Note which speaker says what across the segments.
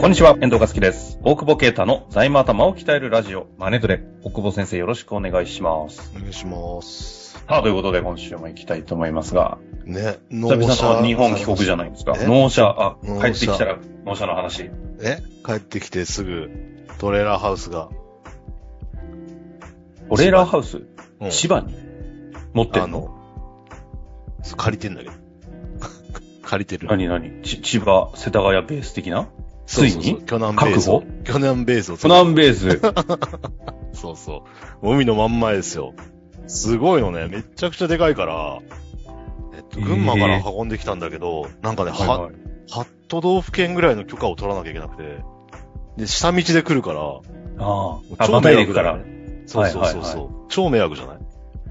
Speaker 1: こんにちは、遠藤和樹です。大久保啓太の財務頭を鍛えるラジオ、マネトレ。大久保先生よろしくお願いします。
Speaker 2: お願いします。
Speaker 1: さあ、ということで今週も行きたいと思いますが、
Speaker 2: ね、
Speaker 1: 久々の日本帰国じゃないですか。
Speaker 2: え
Speaker 1: 納車、あ、
Speaker 2: 納
Speaker 1: 帰
Speaker 2: 車
Speaker 1: ってきたら納車の話。
Speaker 2: え帰ってきてすぐ、トレーラーハウスが、
Speaker 1: トレーラーハウス、
Speaker 2: うん
Speaker 1: 千葉に持って
Speaker 2: あ
Speaker 1: んの
Speaker 2: の、そう借りてんだけど。 借りてる。
Speaker 1: 何何ち千葉、世田谷ベース的な
Speaker 2: そうそう
Speaker 1: つい
Speaker 2: そう
Speaker 1: に
Speaker 2: 巨南ベースを
Speaker 1: 覚。
Speaker 2: 巨南ベースを。
Speaker 1: トナンベース。
Speaker 2: そうそう。海のまんまですよ。すごいよね。めっちゃくちゃでかいから、えっと、群馬から運んできたんだけど、なんかね、
Speaker 1: はい
Speaker 2: は、
Speaker 1: はい
Speaker 2: 8都道府県ぐらいの許可を取らなきゃいけなくて、で、下道で来るから、
Speaker 1: あ
Speaker 2: もう
Speaker 1: あ、あ、またいでくから。
Speaker 2: そうそうそうそう、
Speaker 1: はいはいは
Speaker 2: 超迷惑じゃない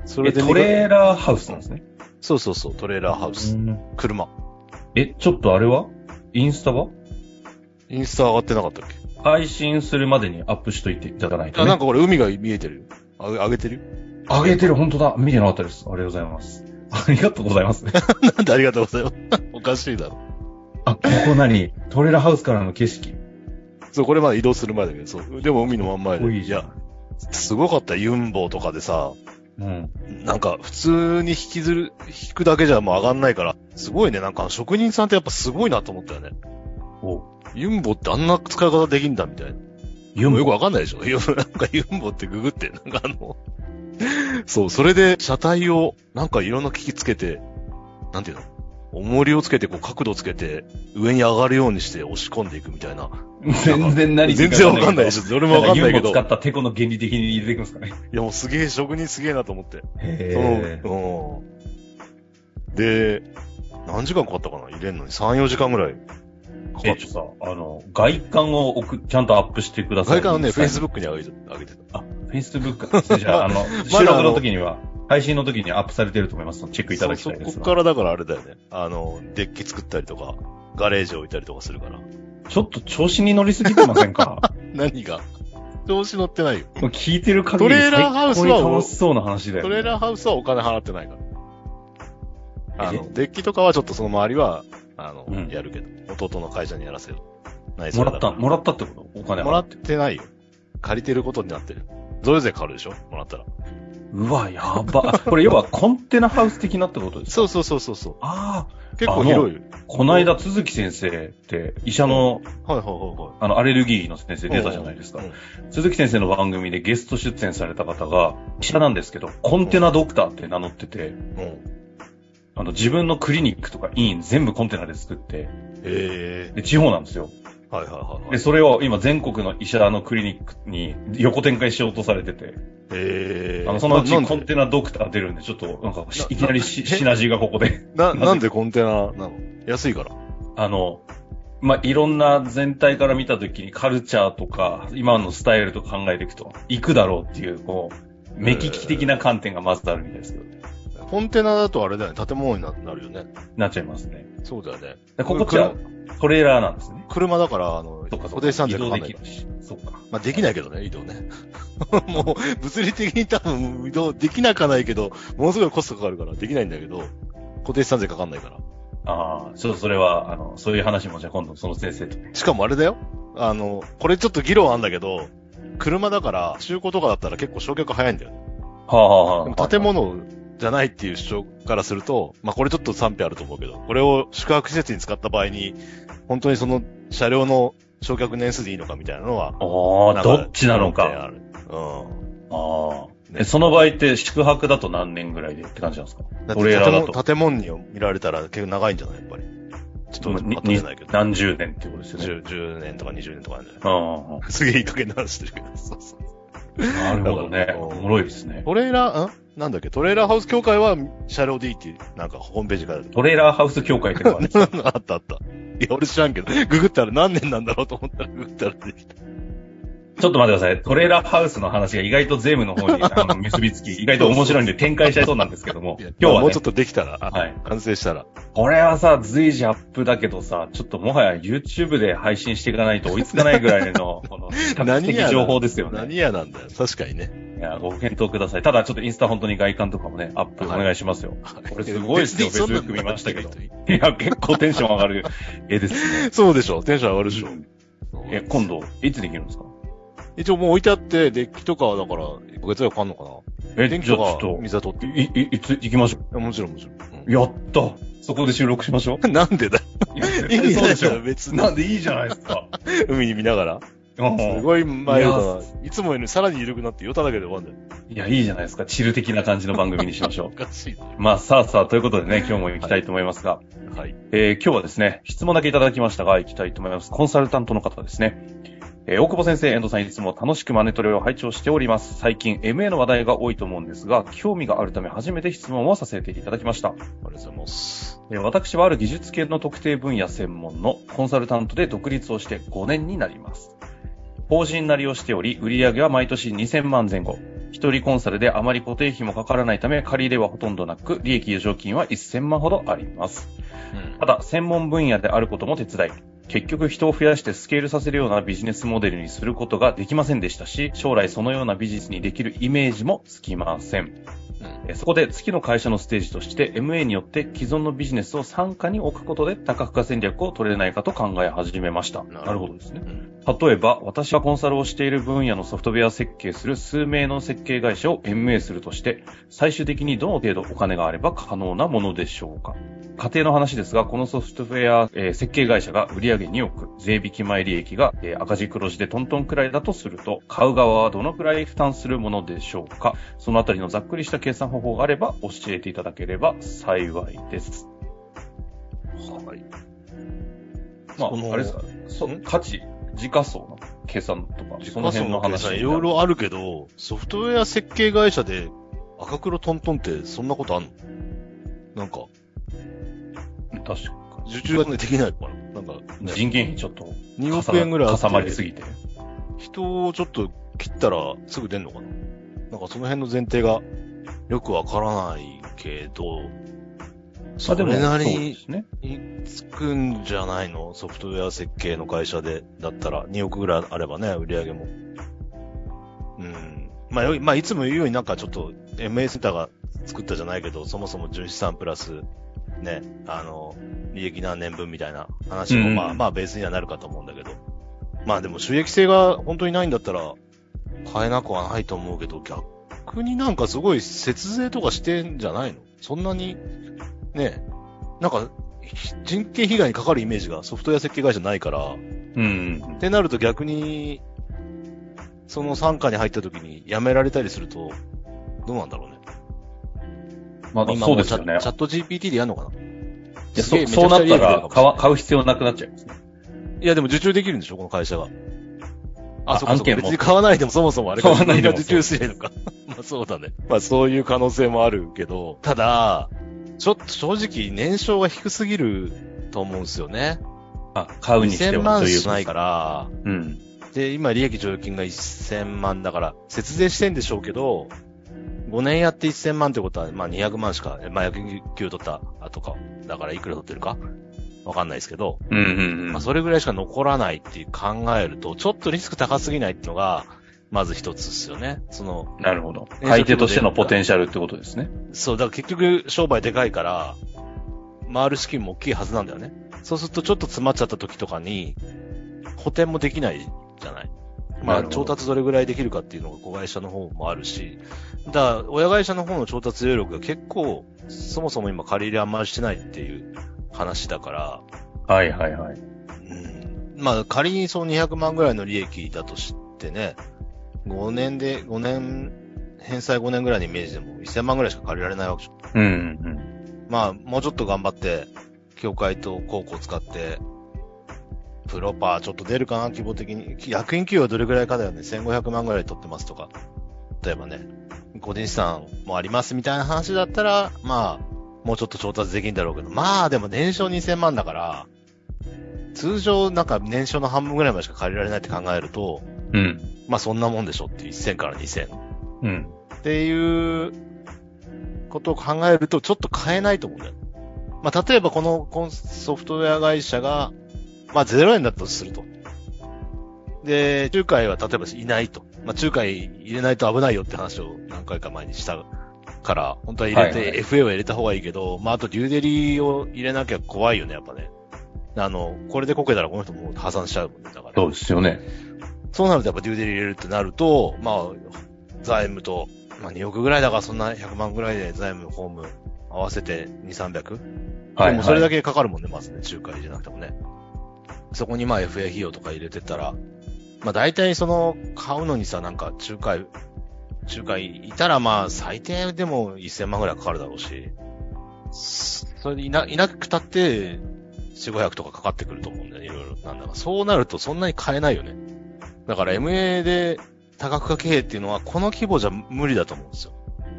Speaker 2: そ
Speaker 1: え、
Speaker 2: れで
Speaker 1: トレーラーハウスなんですね。
Speaker 2: そうそうそう、トレーラーハウス。
Speaker 1: うん
Speaker 2: 車。
Speaker 1: え、ちょっとあれはインスタは
Speaker 2: インスタ上がってなかったっけ
Speaker 1: 配信するまでにアップしといていただかないと、
Speaker 2: あ、
Speaker 1: ね。
Speaker 2: なんかこれ海が見えてるよ。あげ、あげてるよ。
Speaker 1: あげてる、本当だ。見てなかったです。ありがとうございます。ありがとうございます。
Speaker 2: なんでありがとうございます。 おかしいだろ。
Speaker 1: あ、ここ何トレーラーハウスからの景色。
Speaker 2: そう、これまで移動する前だけど、そう。でも海のまんま
Speaker 1: お
Speaker 2: で。
Speaker 1: いいじゃん。
Speaker 2: いやすごかった、ユンボとかでさ、
Speaker 1: うん。
Speaker 2: なんか普通に引きずる、引くだけじゃもう上がんないから、すごいね、なんか職人さんってやっぱすごいなと思ったよね。
Speaker 1: お
Speaker 2: ユンボってあんな使い方できんだみたいな。
Speaker 1: ユ
Speaker 2: もうよくわかんないでしょユンなんかユンボってググって、なんかあの、そう、それで車体をなんかいろんな機器つけて、なんていうの重りをつけて、こう角度つけて、上に上がるようにして押し込んでいくみたいな。
Speaker 1: 全然何
Speaker 2: 全然わかんないでしょ
Speaker 1: ょ。
Speaker 2: どれもわかんないけ
Speaker 1: ユ
Speaker 2: ど。
Speaker 1: ンボ
Speaker 2: い
Speaker 1: 使ったテコの原理的に出てくるんですかね。
Speaker 2: やもうすげえ、職人すげえなと思って。そ
Speaker 1: へえ。
Speaker 2: の、うん。で、何時間かかったかな入れんのに。3、4時間ぐらいかか
Speaker 1: え、
Speaker 2: っ
Speaker 1: ちょ
Speaker 2: た
Speaker 1: っ。とさ、あの、外観を送、ちゃんとアップしてください。
Speaker 2: 外観はね、
Speaker 1: フェイス
Speaker 2: Facebook に上げて上げてた。
Speaker 1: フェイスブック。じゃあ、あ の、収録の時には、配信の時にはアップされてると思いますので。チェックいただきたいで
Speaker 2: そ
Speaker 1: す
Speaker 2: そ
Speaker 1: が
Speaker 2: こからだからあれだよね。あの、デッキ作ったりとか、ガレージ置いたりとかするから。
Speaker 1: ちょっと調子に乗りすぎてませんか
Speaker 2: 何が調子乗ってないよ。
Speaker 1: もう聞いてる限り
Speaker 2: トレーラーハウスは
Speaker 1: 最高に楽しそうな話だよ、ね。
Speaker 2: トレーラーハウスはお金払ってないから。あ
Speaker 1: え
Speaker 2: の、デッキとかはちょっとその周りは、あの、
Speaker 1: うん
Speaker 2: やるけど、弟の会社にやらせる。ない
Speaker 1: もらった、
Speaker 2: も
Speaker 1: もらったってことお金は
Speaker 2: らもらってないよ。借りてることになってる。それぞれ変わるでしょもらったら。
Speaker 1: うわ、やば。あこれ要はコンテナハウス的なってことですか
Speaker 2: そうそうそうそうそう。
Speaker 1: あ
Speaker 2: 結構広いよ。
Speaker 1: あ、こないだ鈴木先生って医者の、
Speaker 2: はいはいは
Speaker 1: あの、アレルギーの先生
Speaker 2: いはい。
Speaker 1: 出たじゃないですか
Speaker 2: うん。うん
Speaker 1: 鈴木先生の番組でゲスト出演された方が、医者なんですけど、コンテナドクターって名乗ってて、
Speaker 2: うん。
Speaker 1: あの、自分のクリニックとか院全部コンテナで作って、
Speaker 2: ええ
Speaker 1: で、地方なんですよ。
Speaker 2: はいはいはいは
Speaker 1: で、
Speaker 2: い。
Speaker 1: それを今全国の医者のクリニックに横展開しようとされてて、
Speaker 2: ええ
Speaker 1: あの、そのう
Speaker 2: な
Speaker 1: ち
Speaker 2: なんで
Speaker 1: コンテナドクター出るんで、ちょっと、なんかし
Speaker 2: な、
Speaker 1: いきなりし
Speaker 2: な
Speaker 1: シナジーがここで。
Speaker 2: な、なんでコンテナなの安いから。
Speaker 1: あの、まあ、いろんな全体から見たときにカルチャーとか、今のスタイルとか考えていくと、行くだろうっていう、こう、目利き的な観点がまずあるみたいですけど、
Speaker 2: コンテナだとあれだよね、建物にななるよね。
Speaker 1: なっちゃいますね。
Speaker 2: そうだよね。
Speaker 1: でここじ
Speaker 2: 車
Speaker 1: ゃトレーラーなんですね。
Speaker 2: 車だから、あの、
Speaker 1: そっかそ
Speaker 2: 固
Speaker 1: っか。
Speaker 2: 定資産
Speaker 1: 移
Speaker 2: 税か
Speaker 1: 動
Speaker 2: かん
Speaker 1: で
Speaker 2: な
Speaker 1: き
Speaker 2: いから
Speaker 1: るし。そっか。
Speaker 2: まあ、できないけどね、移動ね。 もう、物理的に多分移動できなかないけど、ものすごいコストかかるから、できないんだけど、固定資産税かかんないから。
Speaker 1: ああ、ちょっとそれは、あの、そういう話もじゃあ今度その先生と。
Speaker 2: しかもあれだよ。あの、これちょっと議論あんだけど、車だから、中古とかだったら結構焼却早いんだよね。
Speaker 1: はあ、はあ
Speaker 2: で
Speaker 1: は
Speaker 2: も建物じゃないっていう主張からすると、まあこれちょっと賛否あると思うけど、これを宿泊施設に使った場合に、本当にその車両の焼却年数でいいのかみたいなのは、
Speaker 1: あ、ああ、どっちなの
Speaker 2: なんあ
Speaker 1: か。
Speaker 2: る。うん。
Speaker 1: ああ。え、その場合って宿泊だと何年ぐらいでって感じなんですか
Speaker 2: だって
Speaker 1: トレーラーだと
Speaker 2: 建物建物に見られたら結構長いんじゃないやっぱり。ちょっと
Speaker 1: に
Speaker 2: 当てれないけど。
Speaker 1: 何十年ってことですよね。
Speaker 2: 10, 10年とか20年とかなんじゃな
Speaker 1: うんうんうん
Speaker 2: い すげえいい加減な話してるけど。そうそう。
Speaker 1: なるほどね
Speaker 2: だ。から
Speaker 1: おもろいですね。
Speaker 2: トレーラー、んなんだっけトレーラーハウス協会は車両でいいっていう、なんかホームページから
Speaker 1: トレーラーハウス協会ってのがあるんですよ
Speaker 2: あったあった。いや、俺知らんけど、ググったら何年なんだろうと思ったら、ググったら出てきた。
Speaker 1: ちょっと待ってください。トレーラーハウスの話が意外と税務の方 にあの結びつき、意外と面白いんで展開しちゃいそうなんですけども、今日
Speaker 2: まあ
Speaker 1: は
Speaker 2: もう
Speaker 1: ね
Speaker 2: ちょっ、とできたら、あ
Speaker 1: はい
Speaker 2: 完成したら。
Speaker 1: これはさ、随時アップだけどさ、ちょっともはや YouTube で配信していかないと追いつかないぐらいの、この、比較的情報ですよね。
Speaker 2: 何屋なんだよ。確かにね。
Speaker 1: いや、ご検討ください。ただちょっとインスタ本当に外観とかもね、アップお願いしますよ。これすごいですよ
Speaker 2: 別にそんな
Speaker 1: Facebook 見ましたけど
Speaker 2: 別に
Speaker 1: いや、結構テンション上がる絵ですね。
Speaker 2: そうでしょ。テンション上がるでしょ。
Speaker 1: え、今度、いつできるんですか
Speaker 2: 一応もう置いてあって、デッキとかはだから、1ヶ月ぐらいかかんのかな。
Speaker 1: え、じゃ
Speaker 2: 電
Speaker 1: あ
Speaker 2: 気
Speaker 1: ち
Speaker 2: と
Speaker 1: ょっ
Speaker 2: か
Speaker 1: と、
Speaker 2: 水は取って。い
Speaker 1: い、い、いつ行きましょ
Speaker 2: やもちろんもちろん。
Speaker 1: う。やったそこで収録しましょ
Speaker 2: うん なんでだよ。
Speaker 1: う。いや絶
Speaker 2: 意
Speaker 1: 対
Speaker 2: 味
Speaker 1: そうでし
Speaker 2: ないじゃ
Speaker 1: ょ
Speaker 2: ん、。別に。
Speaker 1: なんでいいじゃないですか。
Speaker 2: 海に見ながら。
Speaker 1: うん
Speaker 2: すごい前
Speaker 1: い
Speaker 2: が、いつもよりさらに緩くなって、ヨタだけで終わんだよ。
Speaker 1: いや、いいじゃないですか。チル的な感じの番組にしましょ
Speaker 2: おかしいな。
Speaker 1: う。 まあ、さあさあ、ということでね、今日も行きたいと思いますが、
Speaker 2: はい。
Speaker 1: えー今日はですね、質問だけいただきましたが、行きたいと思います。コンサルタントの方ですね。えー大久保先生、遠藤さん、いつも楽しくマネトレを拝聴しております。最近、MA の話題が多いと思うんですが、興味があるため初めて質問をさせていただきました。
Speaker 2: ありがとうございます。
Speaker 1: えー私はある技術系の特定分野専門のコンサルタントで独立をして5年になります。法人なりをしており、売上は毎年2000万前後。一人コンサルであまり固定費もかからないため、借り入れはほとんどなく、利益余剰金は1000万ほどあります。
Speaker 2: うん
Speaker 1: ただ、専門分野であることも手伝い、結局人を増やしてスケールさせるようなビジネスモデルにすることができませんでしたし、将来そのようなビジネスにできるイメージもつきません。えそこで次の会社のステージとして MA によって既存のビジネスを傘下に置くことで多角化戦略を取れないかと考え始めました。
Speaker 2: なるほど
Speaker 1: なるほどですね。
Speaker 2: うん。
Speaker 1: 例えば、私がコンサルをしている分野のソフトウェア設計する数名の設計会社を MA するとして、最終的にどの程度お金があれば可能なものでしょうか家庭の話ですが、このソフトウェア、えー設計会社が売上2億、税引き前利益が、えー赤字黒字でトントンくらいだとすると、買う側はどのくらい負担するものでしょうかそのあたりのざっくりした計算方法があれば教えていただければ幸いです。
Speaker 2: はい。
Speaker 1: まあ、
Speaker 2: その
Speaker 1: あれですかそ
Speaker 2: ん
Speaker 1: 価値、時価総の計算とか、その辺の話。
Speaker 2: いろいろあるけど、ソフトウェア設計会社で赤黒トントンってそんなことあんのなんか、
Speaker 1: 確か
Speaker 2: 受注がねできないのかななんか、
Speaker 1: に。人件費ちょっと、
Speaker 2: 2億円ぐらいあ
Speaker 1: か
Speaker 2: って
Speaker 1: さまりすぎて。
Speaker 2: 人をちょっと切ったらすぐ出んのかななんかその辺の前提がよくわからないけど、それなり
Speaker 1: そうで
Speaker 2: に
Speaker 1: すね。
Speaker 2: つくんじゃないのソフトウェア設計の会社で、だったら2億ぐらいあればね、売り上げも。うん。まあ、よまあ、いつも言うようになんかちょっと MA センターが作ったじゃないけど、そもそも純資産プラス、ね、あの、利益何年分みたいな話も、
Speaker 1: うん
Speaker 2: まあ、まあベースにはなるかと思うんだけど。まあでも収益性が本当にないんだったら、買えなくはないと思うけど、逆になんかすごい節税とかしてんじゃないのそんなに、ね、なんか人件被害にかかるイメージがソフトウェア設計会社ないから、
Speaker 1: うん
Speaker 2: っ。てなると逆に、その傘下に入った時に辞められたりすると、どうなんだろうね。
Speaker 1: まあ、
Speaker 2: 今
Speaker 1: そう
Speaker 2: も
Speaker 1: で
Speaker 2: う
Speaker 1: す
Speaker 2: チャ
Speaker 1: よね。
Speaker 2: チャット GPT でやんのかない
Speaker 1: や
Speaker 2: すげ
Speaker 1: そ
Speaker 2: え
Speaker 1: うそうなっ
Speaker 2: めち
Speaker 1: た
Speaker 2: ゃくちゃ利益出る
Speaker 1: ら
Speaker 2: かも
Speaker 1: 買わ、買う必要なくなっちゃいますね。
Speaker 2: いやでも受注できるんでしょこの会社が。
Speaker 1: あ
Speaker 2: あ、そうかそ
Speaker 1: 案
Speaker 2: う
Speaker 1: 件
Speaker 2: か。
Speaker 1: も
Speaker 2: 別に買わないでもそもそもあれか。
Speaker 1: 買わないでも
Speaker 2: 自分が受注すればいいのか。 まあそうだね。まあそういう可能性もあるけど、ただ、ちょっと正直年商が低すぎると思うんですよね。
Speaker 1: あ、買うにして
Speaker 2: 2000
Speaker 1: はと
Speaker 2: 万
Speaker 1: いう
Speaker 2: しないから、
Speaker 1: うん。
Speaker 2: で、今、利益剰余金が1000万だから、節税してんでしょうけど、5年やって1000万ってことは、まあ200万しか、まあ100給取った後か、だからいくら取ってるかわかんないですけど、
Speaker 1: うんうんうん。
Speaker 2: まあそれぐらいしか残らないって考えると、ちょっとリスク高すぎないってのが、まず一つですよね。その、
Speaker 1: なるほど。
Speaker 2: え
Speaker 1: 買い手としてのポテンシャルってことですね。
Speaker 2: そう、だから結局商売でかいから、回る資金も大きいはずなんだよね。そうするとちょっと詰まっちゃった時とかに、補填もできないじゃない。ま
Speaker 1: な
Speaker 2: あ、
Speaker 1: るほど
Speaker 2: 調達どれぐらいできるかっていうのが子会社の方もあるし、だから、親会社の方の調達余力が結構、そもそも今借り入れあんまりしてないっていう話だから、
Speaker 1: はいはいはい。
Speaker 2: うんまあ、仮にその200万ぐらいの利益だとしてね、5年で、5年、返済5年ぐらいのイメージでも1000万ぐらいしか借りられないわけじゃん
Speaker 1: うんうん
Speaker 2: まあ、もうちょっと頑張って、協会と高校使って、プロパーちょっと出るかな、規模的に。役員給与はどれぐらいかだよね。1500万ぐらい取ってますとか。例えばね、個人資産もありますみたいな話だったら、まあ、もうちょっと調達できるんだろうけど、まあでも年商2000万だから、通常なんか年商の半分ぐらいまでしか借りられないって考えると、
Speaker 1: うん。うん。
Speaker 2: まあそんなもんでしょっていう1000から2000。
Speaker 1: うん。
Speaker 2: っていうことを考えると、ちょっと変えないと思うんだよ。まあ、例えばこのコンソフトウェア会社が、まあ、0円だったとすると。で、仲介は例えばいないと。まあ、仲介入れないと危ないよって話を何回か前にしたから、本当は入れて、
Speaker 1: はいはい
Speaker 2: FA を入れた方がいいけど、まあ、あとデューデリーを入れなきゃ怖いよね、やっぱね。あの、これでこけたらこの人もう破産しちゃうもんね、だから。
Speaker 1: そうですよね。
Speaker 2: そうなるとやっぱデューデリ入れるってなると、まあ、財務と、まあ2億ぐらいだからそんな100万ぐらいで財務、ホーム合わせて2、300?
Speaker 1: はい、はい。
Speaker 2: でもそれだけかかるもんね、まずね、仲介じゃなくてもね。そこにまあ FA 費用とか入れてったら、まあ大体その、買うのにさ、なんか仲介、仲介いたらまあ最低でも1000万ぐらいかかるだろうし、それでいな、いなくたって、4、500とかかかってくると思うんだよね、いろいろ。なんだか、そうなるとそんなに買えないよね。だから MA で多額化経営っていうのは、この規模じゃ無理だと思うんですよ。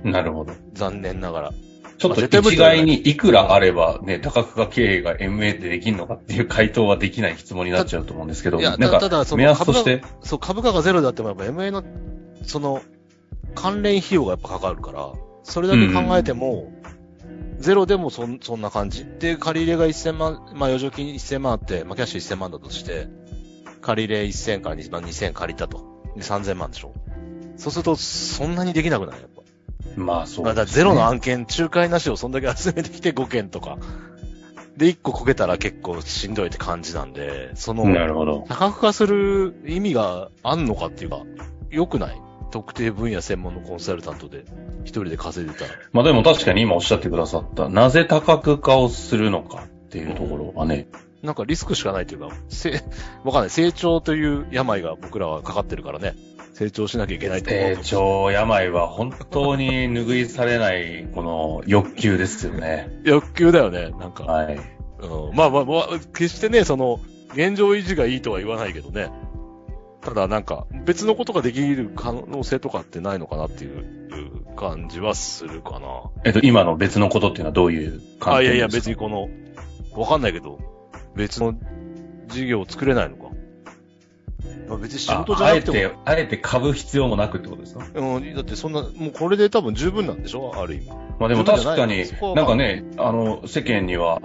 Speaker 1: なるほど。
Speaker 2: 残念ながら。
Speaker 1: ちょっと一概にいくらあればね、多角化経営が MA でできるのかっていう回答はできない質問になっちゃうと思うんですけど、
Speaker 2: いや
Speaker 1: な
Speaker 2: た
Speaker 1: んか
Speaker 2: ただその
Speaker 1: 目安として、
Speaker 2: そう、株価がゼロだってもやっぱ MA の、その、関連費用がやっぱかかるから、それだけ考えても、ゼロでもそんそんな感じ。で、借り入れが1000万、まあ余剰金1000万あって、まあキャッシュ1000万だとして、借り入れ1000から2000、まあ2000借りたと。で、3000万でしょ。そうすると、そんなにできなくないやっぱ。
Speaker 1: まあそう
Speaker 2: ま
Speaker 1: ですね、
Speaker 2: あ、だからゼロの案件、仲介なしをそんだけ集めてきて5件とか。で、1個こけたら結構しんどいって感じなんで、その、
Speaker 1: なるほど。
Speaker 2: 多角化する意味があんのかっていうか、良くない特定分野専門のコンサルタントで、一人で稼いでたら。
Speaker 1: まあでも確かに今おっしゃってくださった、なぜ多角化をするのかっていうところはね、
Speaker 2: なんかリスクしかないというか、せ、わかんない。成長という病が僕らはかかってるからね。成長しなきゃいけないと思う
Speaker 1: 成
Speaker 2: と。
Speaker 1: 長病は本当に拭いされない、この欲求ですよね。
Speaker 2: 欲求だよね、なんか。
Speaker 1: はい。
Speaker 2: うんまあまあまあ、決してね、その、現状維持がいいとは言わないけどね。ただなんか、別のことができる可能性とかってないのかなっていう感じはするかな。
Speaker 1: えっと、今の別のことっていうのはどういう感
Speaker 2: あ、
Speaker 1: じ
Speaker 2: い
Speaker 1: ですか
Speaker 2: やいや、別にこの、わかんないけど、別の事業を作れないのか。まあ別に仕事じゃ
Speaker 1: ああ
Speaker 2: な
Speaker 1: え
Speaker 2: くても。
Speaker 1: て、あえて買う必要もなくってことですか
Speaker 2: うん、だってそんな、もうこれで多分十分なんでしょある意味。
Speaker 1: まあでも確かに
Speaker 2: そこ、は
Speaker 1: な
Speaker 2: まあ
Speaker 1: んかね、あの、世間には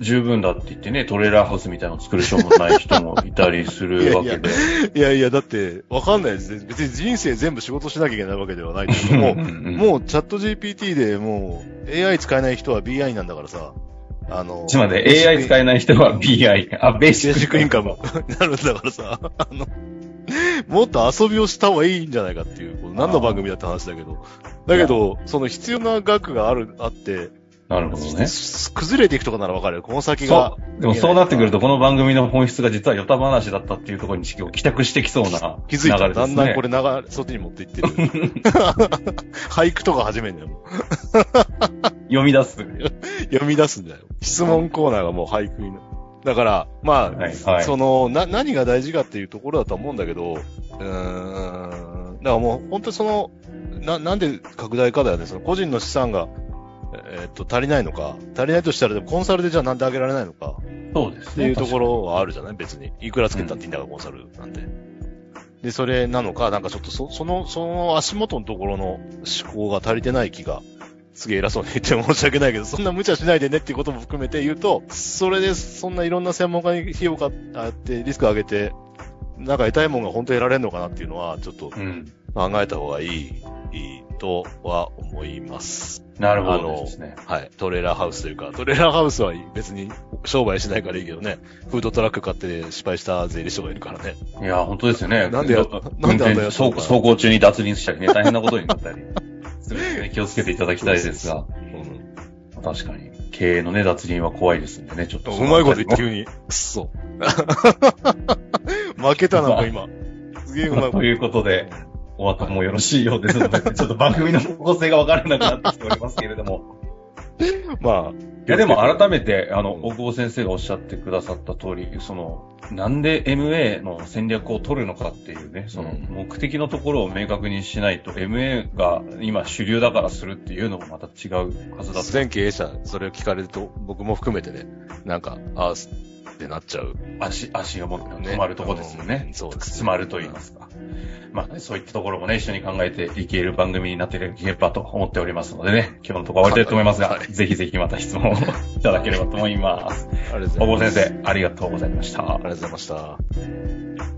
Speaker 1: 十分だって言ってね、トレーラーハウスみたいなの作る人もない人もいたりするわけで。
Speaker 2: いやいや、だって、わかんないです。別に人生全部仕事しなきゃいけないわけではないけども、
Speaker 1: も
Speaker 2: もうチャット GPT でもう AI 使えない人は BI なんだからさ、あの、
Speaker 1: ちょっと待って、AI 使
Speaker 2: え
Speaker 1: えない人は BI、あ、ベーシ
Speaker 2: ベーシ
Speaker 1: ッ
Speaker 2: ッ
Speaker 1: ク
Speaker 2: ク
Speaker 1: イ
Speaker 2: イ
Speaker 1: ン
Speaker 2: ン
Speaker 1: カム。
Speaker 2: カムに なるんだからさ、あの、もっと遊びをした方がいいんじゃないかっていう、この何の番組だって話だけど、だけど、その必要な額がある、あって、
Speaker 1: なるほどね。
Speaker 2: 崩れていくとかならわかるよ。この先が
Speaker 1: そ。う。でもそうなってくると、この番組の本質が実はヨタ話だったっていうところに今日帰宅してきそうな流れ
Speaker 2: 気
Speaker 1: で
Speaker 2: づ
Speaker 1: す
Speaker 2: い
Speaker 1: ね。
Speaker 2: たら、だんだんこれ流れ、そっちに持って いってる。俳句とか始めんだよ。もう
Speaker 1: 読み出す。
Speaker 2: 読み出すんだよ。質問コーナーがもう俳句になる。だから、まあ、
Speaker 1: はい、はい。
Speaker 2: その、な、何が大事かっていうところだと思うんだけど、うーん、だからもう本当にその、な、なんで拡大かだよね。その個人の資産が、えーっと、足りないのか、足りないとしたら、でもコンサルでじゃあなんで上げられないのか、
Speaker 1: そうですね。
Speaker 2: っていうところはあるじゃない別に。いくらつけたっていいんだから、コンサルなんて。で、それなのか、なんかちょっとそ、その、その足元のところの思考が足りてない気が、すげえ偉そうに言って申し訳ないけど、そ んな無茶しないでねっていうことも含めて言うと、それでそんないろんな専門家に費用があって、リスク上げて、なんか得たいもんが本当に得られるのかなっていうのは、ちょっと
Speaker 1: 確かに。うん。
Speaker 2: 考えた方がいい、いいとは思います。
Speaker 1: なるほどですね。
Speaker 2: はい。トレーラーハウスというか、トレーラーハウスは別に商売しないからいいけどね。フードトラック買って失敗した税理士とかいるからね。
Speaker 1: いや、本当ですよね。
Speaker 2: なんでやなんであんなやつ
Speaker 1: 運転走走行中に脱輪したりね、大変なことになったりするんですね。気をつけていただきたいですが、
Speaker 2: うん。
Speaker 1: 確かに、経営のね、脱輪は怖いですんでね、ちょっと。
Speaker 2: うまいこと言って急に。くっそ。負けた なんか今。すげえうまいこと。
Speaker 1: ということで、お後もよろしいようですので、ちょっと番組の方向性がわからなくなってきておりますけれども。
Speaker 2: まあ。
Speaker 1: いや、でも改めて、あの、大久保先生がおっしゃってくださった通り、その、なんで MA の戦略を取るのかっていうね、その
Speaker 2: うん
Speaker 1: 目的のところを明確にしないと、MA が今主流だからするっていうのもまた違うはずだと。
Speaker 2: 全経営者、それを聞かれると、僕も含めてね、なんか、ああ、すってなっちゃう。
Speaker 1: 足、足がもう止まるとこですよね
Speaker 2: うん。そうですね
Speaker 1: 詰まると言いますか。まあね、そういったところもね、一緒に考えていける番組になっていければと思っておりますのでね、今日のところ終わりたいと思いますが、
Speaker 2: はい
Speaker 1: ぜひぜひまた質問をいただければと思います。
Speaker 2: ありがとう
Speaker 1: 大
Speaker 2: ご
Speaker 1: 久保
Speaker 2: ざいます。
Speaker 1: 先生、ありがとうございました
Speaker 2: ありがとうございました。